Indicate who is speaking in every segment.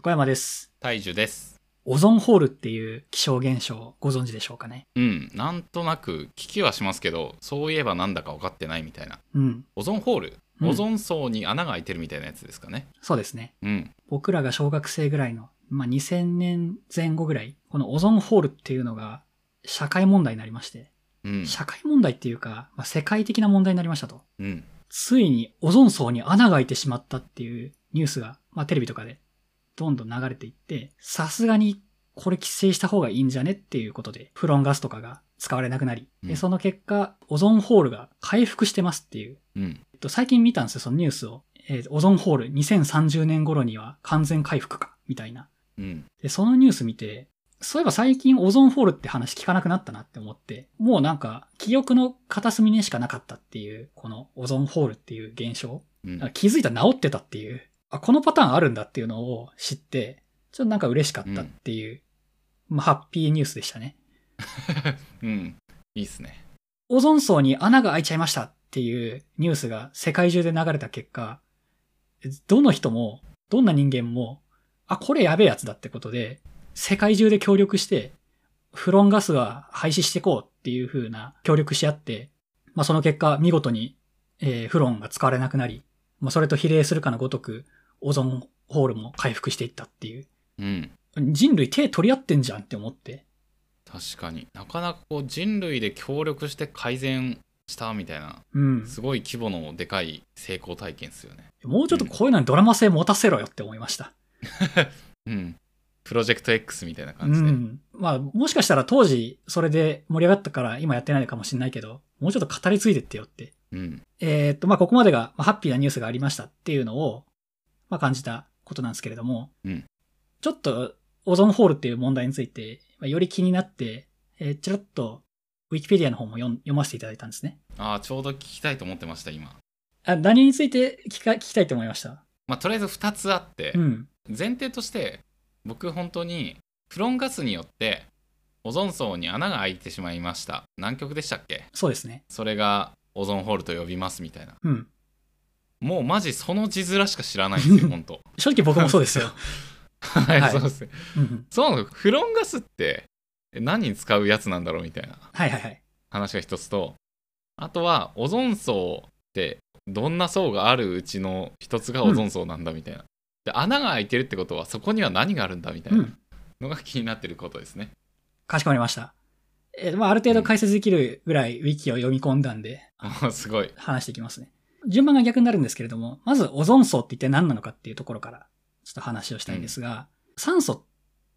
Speaker 1: 小山です。
Speaker 2: 大樹です。
Speaker 1: オゾンホールっていう気象現象ご存知でしょうかね。
Speaker 2: うん、なんとなく聞きはしますけど、そういえばなんだか分かってないみたいな。
Speaker 1: うん。
Speaker 2: オゾンホール、
Speaker 1: うん
Speaker 2: オゾン層に穴が開いてるみたいなやつですかね。
Speaker 1: そうですね。
Speaker 2: うん。
Speaker 1: 僕らが小学生ぐらいの、まあ、2000年前後ぐらい、このオゾンホールっていうのが社会問題になりまして、
Speaker 2: うん。
Speaker 1: 社会問題っていうか、まあ、世界的な問題になりましたと。
Speaker 2: うん。
Speaker 1: ついにオゾン層に穴が開いてしまったっていうニュースが、まあ、テレビとかでどんどん流れていって、さすがにこれ規制した方がいいんじゃねっていうことで、フロンガスとかが使われなくなり、
Speaker 2: う
Speaker 1: で
Speaker 2: ん
Speaker 1: その結果、オゾンホールが回復してますっていう。
Speaker 2: うん。
Speaker 1: えっと最近見たんですよ、そのニュースを。えーオゾンホール2030年頃には完全回復か、みたいな。
Speaker 2: うん。
Speaker 1: で、そのニュース見て、そういえば最近オゾンホールって話聞かなくなったなって思って、もうなんか記憶の片隅にしかなかったっていう、このオゾンホールっていう現象。
Speaker 2: うん。
Speaker 1: あ気づいたら治ってたっていう、あ、このパターンあるんだっていうのを知って、ちょっとなんか嬉しかったっていう、まあ、ハッピーニュースでしたね。
Speaker 2: うん。いいっすね。
Speaker 1: オゾン層に穴が開いちゃいましたっていうニュースが世界中で流れた結果、どの人も、どんな人間も、あ、これやべえやつだってことで、世界中で協力して、フロンガスは廃止していこうっていう風な協力し合って、まあその結果見事に、えーフロンが使われなくなり、まあそれと比例するかのごとく、オゾンホールも回復していったっていう。
Speaker 2: うん。
Speaker 1: 人類手取り合ってんじゃんって思って。
Speaker 2: 確かになかなかこう人類で協力して改善したみたいな、
Speaker 1: うん。
Speaker 2: すごい規模のでかい成功体験ですよね。
Speaker 1: もうちょっとこういうのにドラマ性持たせろよって思いました。
Speaker 2: うん。プロジェクト X みたいな
Speaker 1: う
Speaker 2: 感じで。
Speaker 1: ん。まあ、もしかしたら当時、それで盛り上がったから今やってないのかもしれないけど、もうちょっと語り継いでってよって。
Speaker 2: うん。
Speaker 1: えーっと、まあ、ここまでが、まあ、ハッピーなニュースがありましたっていうのを、まあ、感じたことなんですけれども、
Speaker 2: うん
Speaker 1: ちょっと、オゾンホールっていう問題について、まあ、より気になって、えーちらっと、ウィキペディアの方も読ん読ませていただいたんですね。
Speaker 2: ああ、ちょうど聞きたいと思ってました、今。
Speaker 1: あ何について聞か聞きたいと思いました。
Speaker 2: まあ、とりあえず2つあって、
Speaker 1: うん。
Speaker 2: 前提として僕本当にフロンガスによってオゾン層に穴が開いてしまいました南極でしたっけ
Speaker 1: そうですね。
Speaker 2: それがオゾンホールと呼びますみたいな
Speaker 1: うん。
Speaker 2: もうマジその字面しか知らないんです よ本当
Speaker 1: 正直僕もそう ですよ。
Speaker 2: はい、
Speaker 1: はい
Speaker 2: そうですね
Speaker 1: うん。
Speaker 2: そのフロンガスって何に使うやつなんだろうみたいな
Speaker 1: はいはいはい。。
Speaker 2: 話が一つとあとはオゾン層ってどんな層があるうちの一つがオゾン層なんだみたいな、で穴が開いてるってことはそこには何があるんだみたいうなんのが気になってることですね、
Speaker 1: かしこまりました。えーまあ、ある程度解説できるぐらいウィキを読み込んだんで、
Speaker 2: あすごい。
Speaker 1: 話していきますね。順番が逆になるんですけれども、まずオゾン層って一体何なのかっていうところから、ちょっと話をしたいんですが、酸素っ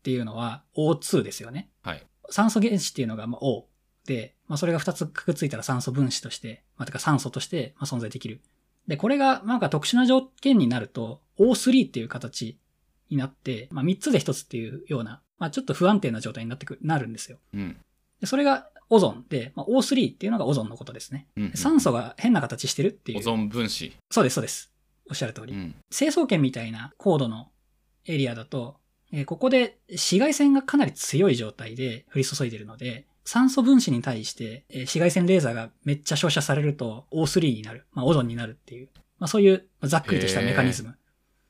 Speaker 1: ていうのは O2 ですよね。
Speaker 2: はい
Speaker 1: 酸素原子っていうのがまあ O で、まあ、それが2つくっついたら酸素分子として、まあ、てか酸素としてまあ存在できる。で、これがなんか特殊な条件になると、O3 っていう形になって、まあ、3つで1つっていうような、まあ、ちょっと不安定な状態になってくる、なるんですよ。
Speaker 2: うん。
Speaker 1: でそれがオゾンで、まあ、O3 っていうのがオゾンのことですね。
Speaker 2: うん、
Speaker 1: 酸素が変な形してるってい
Speaker 2: オ
Speaker 1: う。
Speaker 2: ゾン分子。
Speaker 1: そうです、そうです。おっしゃる通
Speaker 2: う
Speaker 1: り。
Speaker 2: ん。
Speaker 1: 成層圏みたいな高度のエリアだと、えーここで紫外線がかなり強い状態で降り注いでるので、酸素分子に対して、えー紫外線レーザーがめっちゃ照射されると O3 になる、まあ、オゾンになるっていう、まあ、そういうまあざっくりとしたメカニズム。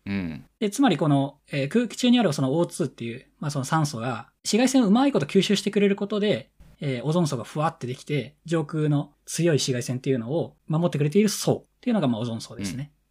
Speaker 2: うん。
Speaker 1: でつまりこの、えー空気中にあるその O2 っていう、まあ、その酸素が紫外線をうまいこと吸収してくれることで、えーオゾン層がふわってできて上空の強い紫外線っていうのを守ってくれている層っていうのがまあオゾン層ですね。
Speaker 2: えー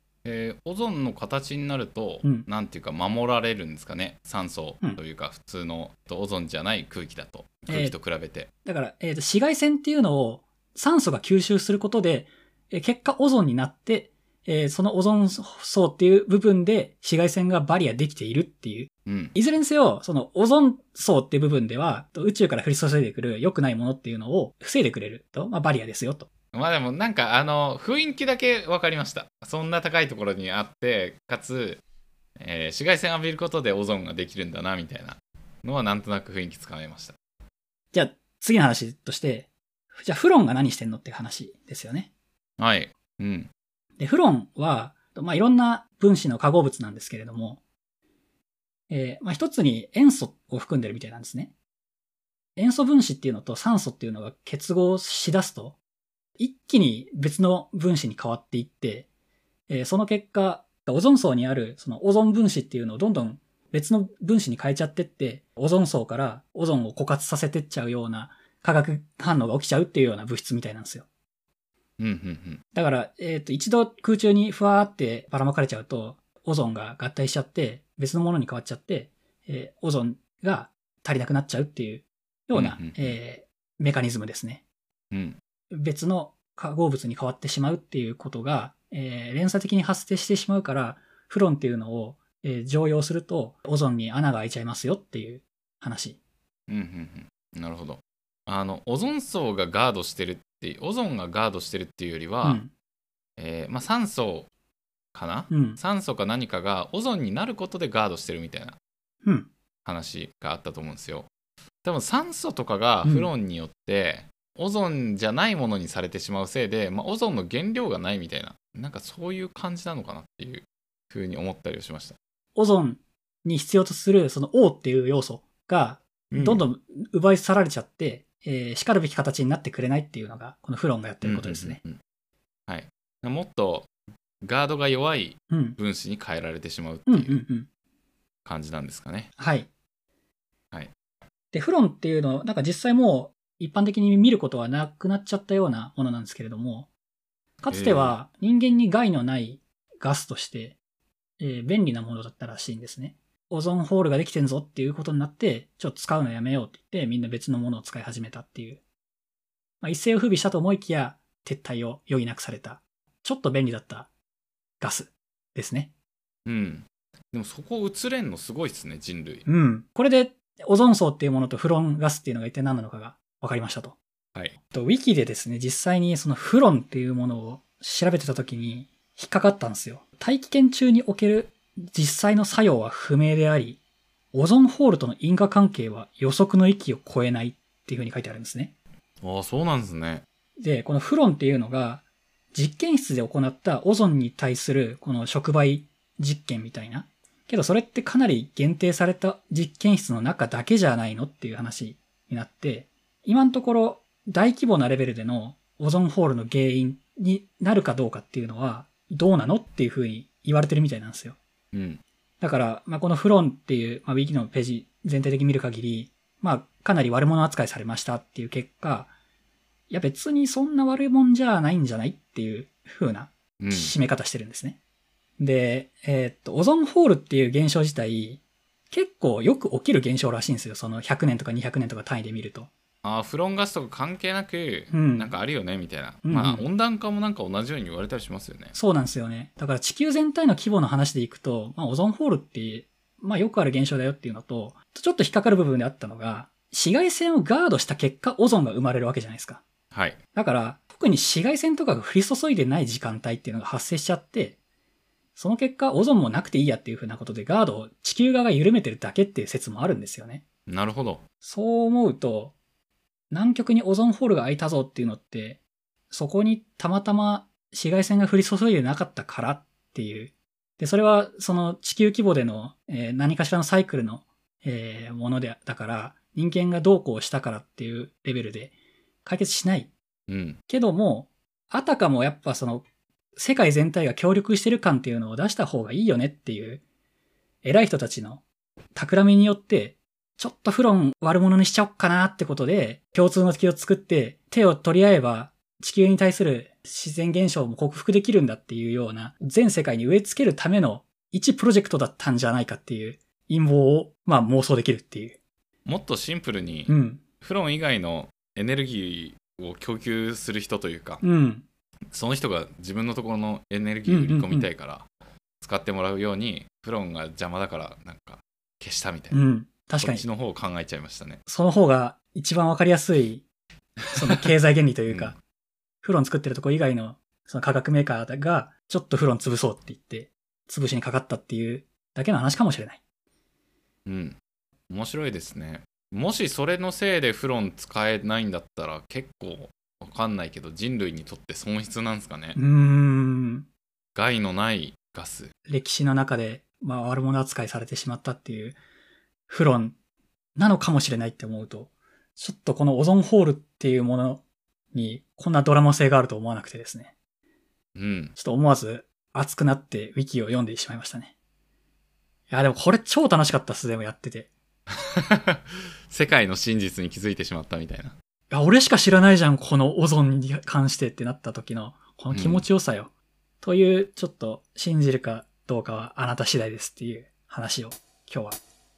Speaker 2: オゾンの形になると、
Speaker 1: うん
Speaker 2: なんていうか守られるんですかね酸素
Speaker 1: うん
Speaker 2: というか普通のとオゾンじゃない空気だと
Speaker 1: えー
Speaker 2: 空気と比べて、
Speaker 1: だから、えーと紫外線っていうのを酸素が吸収することで、えー結果オゾンになって、えーそのオゾン層っていう部分で紫外線がバリアできているっていう
Speaker 2: うん
Speaker 1: いずれにせよ、そのオゾン層っていう部分では、と宇宙から降り注いでくる良くないものっていうのを防いでくれると、まあ、バリアですよと。
Speaker 2: まあでもなんかあの雰囲気だけ分かりましたそんな高いところにあってかつ、えー紫外線浴びることでオゾンができるんだなみたいなのはなんとなく雰囲気つかめました
Speaker 1: じゃあ、次の話として、じゃあ、フロンが何してんのっていう話ですよね。
Speaker 2: はいうん
Speaker 1: で、フロンは、とまあ、いろんな分子の化合物なんですけれども、えーまあ、一つに塩素を含んでるみたいなんですね。塩素分子っていうのと酸素っていうのが結合しだすと、一気に別の分子に変わっていって、えーその結果、オゾン層にあるそのオゾン分子っていうのをどんどん別の分子に変えちゃってって、オゾン層からオゾンを枯渇させてっちゃうような化学反応が起きちゃうっていうような物質みたいなんですよ。
Speaker 2: うんうん
Speaker 1: だから、えっ、と、一度空中にふわーってばらまかれちゃうと、オゾンが合体しちゃって、別のものに変わっちゃって、えーオゾンが足りなくなっちゃうっていうような、
Speaker 2: うんうんうん
Speaker 1: えーメカニズムですね。
Speaker 2: うんうん
Speaker 1: 別の化合物に変わってしまうっていうことが、えー連鎖的に発生してしまうから、フロンっていうのを、えー常用すると、オゾンに穴が開いちゃいますよっていう話。
Speaker 2: うんうんうんなるほどあのオゾン層がガードしてるってオゾンがガードしてるっていうより
Speaker 1: う
Speaker 2: は、
Speaker 1: ん。
Speaker 2: えーまあ、酸素かな、
Speaker 1: うん。
Speaker 2: 酸素か何かがオゾンになることでガードしてるみたいな
Speaker 1: うん。
Speaker 2: 話があったと思うんですよ多分酸素とかがフロンによって、オゾンじゃないものにされてしまうせいで、まあ、オゾンの原料がないみたいななんかそういう感じなのかなっていうふうに思ったりをしました
Speaker 1: オゾンに必要とする、その O っていう要素が、どんど
Speaker 2: ん
Speaker 1: ん奪い去られちゃって、えー、しかるべき形になってくれないっていうのが、このフロンがやってることですね。、
Speaker 2: うんうんうんはいもっとガードが弱い
Speaker 1: うん。
Speaker 2: 分子に変えられてしまうって
Speaker 1: うんう
Speaker 2: いうん
Speaker 1: うん。
Speaker 2: 感じなんですかね
Speaker 1: はい。
Speaker 2: はい。
Speaker 1: で、フロンっていうの、なんか実際もう一般的に見ることはなくなっちゃったようなものなんですけれども、かつては人間に害のないガスとして、えー便利なものだったらしいんですね。オゾンホールができてんぞっていうことになって、ちょっと使うのやめようって言って、みんな別のものを使い始めたっていう。まあ、一世を不備したと思いきや、撤退を余儀なくされた。ちょっと便利だったガスですね。
Speaker 2: うんでもそこ映れんのすごいっすね人類
Speaker 1: うん。これで、オゾン層っていうものとフロンガスっていうのが一体何なのかが分かりましたと。
Speaker 2: はい
Speaker 1: とウィキでですね、実際にそのフロンっていうものを調べてた時に引っかかったんですよ。大気圏中における実際の作用は不明であり、オゾンホールとの因果関係は予測の域を超えないっていうふうに書いてあるんですね。
Speaker 2: ああそうなんですね
Speaker 1: で、このフロンっていうのが、実験室で行ったオゾンに対するこの触媒実験みたいな。けどそれってかなり限定された実験室の中だけじゃないのっていう話になって、今のところ大規模なレベルでのオゾンホールの原因になるかどうかっていうのはどうなのっていうふうに言われてるみたいなんですよ。
Speaker 2: うん
Speaker 1: だから、まあ、このフロンっていう、まあ、ウィキのページ全体的に見る限り、まあ、かなり悪者扱いされましたっていう結果、いや別にそんな悪いもんじゃないんじゃないっていう風な
Speaker 2: うん
Speaker 1: 締め方してるんですね。で、えーっと、オゾンホールっていう現象自体、結構よく起きる現象らしいんですよ。その100年とか200年とか単位で見ると。
Speaker 2: あーフロンガスとか関係なく、
Speaker 1: うん
Speaker 2: なんかあるよねみたいな、
Speaker 1: うんうん
Speaker 2: まあ温暖化もなんか同じように言われたりしますよね
Speaker 1: そうなんですよね。だから地球全体の規模の話でいくと、まあ、オゾンホールって、まあ、よくある現象だよっていうのと、ちょっと引っかかる部分であったのが、紫外線をガードした結果、オゾンが生まれるわけじゃないですか。
Speaker 2: はい
Speaker 1: だから、特に紫外線とかが降り注いでない時間帯っていうのが発生しちゃって、その結果、オゾンもなくていいやっていうふうなことで、ガードを地球側が緩めてるだけっていう説もあるんですよね。
Speaker 2: なるほど
Speaker 1: そう思うと、南極にオゾンホールが開いたぞっていうのって、そこにたまたま紫外線が降り注いでなかったからっていう。で、それはその地球規模での、えー何かしらのサイクルの、えーもので、だから人間がどうこうしたからっていうレベルで解決しない。
Speaker 2: うん
Speaker 1: けども、あたかもやっぱその世界全体が協力してる感っていうのを出した方がいいよねっていう、偉い人たちの企みによって、ちょっとフロン悪者にしちゃおっかなってことで、共通の敵を作って、手を取り合えば、地球に対する自然現象も克服できるんだっていうような、全世界に植え付けるための一プロジェクトだったんじゃないかっていう陰謀を、まあ妄想できるっていう。
Speaker 2: もっとシンプルに、
Speaker 1: うん。
Speaker 2: フロン以外のエネルギーを供給する人というか、
Speaker 1: うん。
Speaker 2: その人が自分のところのエネルギーを売り込みたいから、使ってもらうようにフロンが邪魔だからなんか消したみたいうな、
Speaker 1: ん。確
Speaker 2: そ
Speaker 1: か
Speaker 2: っ
Speaker 1: に
Speaker 2: ち。の方を考えちゃいましたね
Speaker 1: その方が一番わかりやすい、その経済原理というか、
Speaker 2: うん
Speaker 1: フロン作ってるとこ以外の、その化学メーカーが、ちょっとフロン潰そうって言って、潰しにかかったっていうだけの話かもしれない。
Speaker 2: うん面白いですねもしそれのせいでフロン使えないんだったら結構わかんないけど人類にとって損失なんですかね
Speaker 1: うーん。
Speaker 2: 害のないガス
Speaker 1: 歴史の中で、まあ悪者扱いされてしまったっていう、フロンなのかもしれないって思うと、ちょっとこのオゾンホールっていうものに、こんなドラマ性があると思わなくてですね。
Speaker 2: うん
Speaker 1: ちょっと思わず熱くなってウィキを読んでしまいましたね。
Speaker 2: い
Speaker 1: や、でもこれ超楽しかったっす、でもやってて。
Speaker 2: 世界の真実に気づいてしまったみたいな。
Speaker 1: いや、俺しか知らないじゃん、このオゾンに関してってなった時の、この気持ちよさよ。という、ちょっと、信じるかどうかはあなた次第ですっていう話を今日は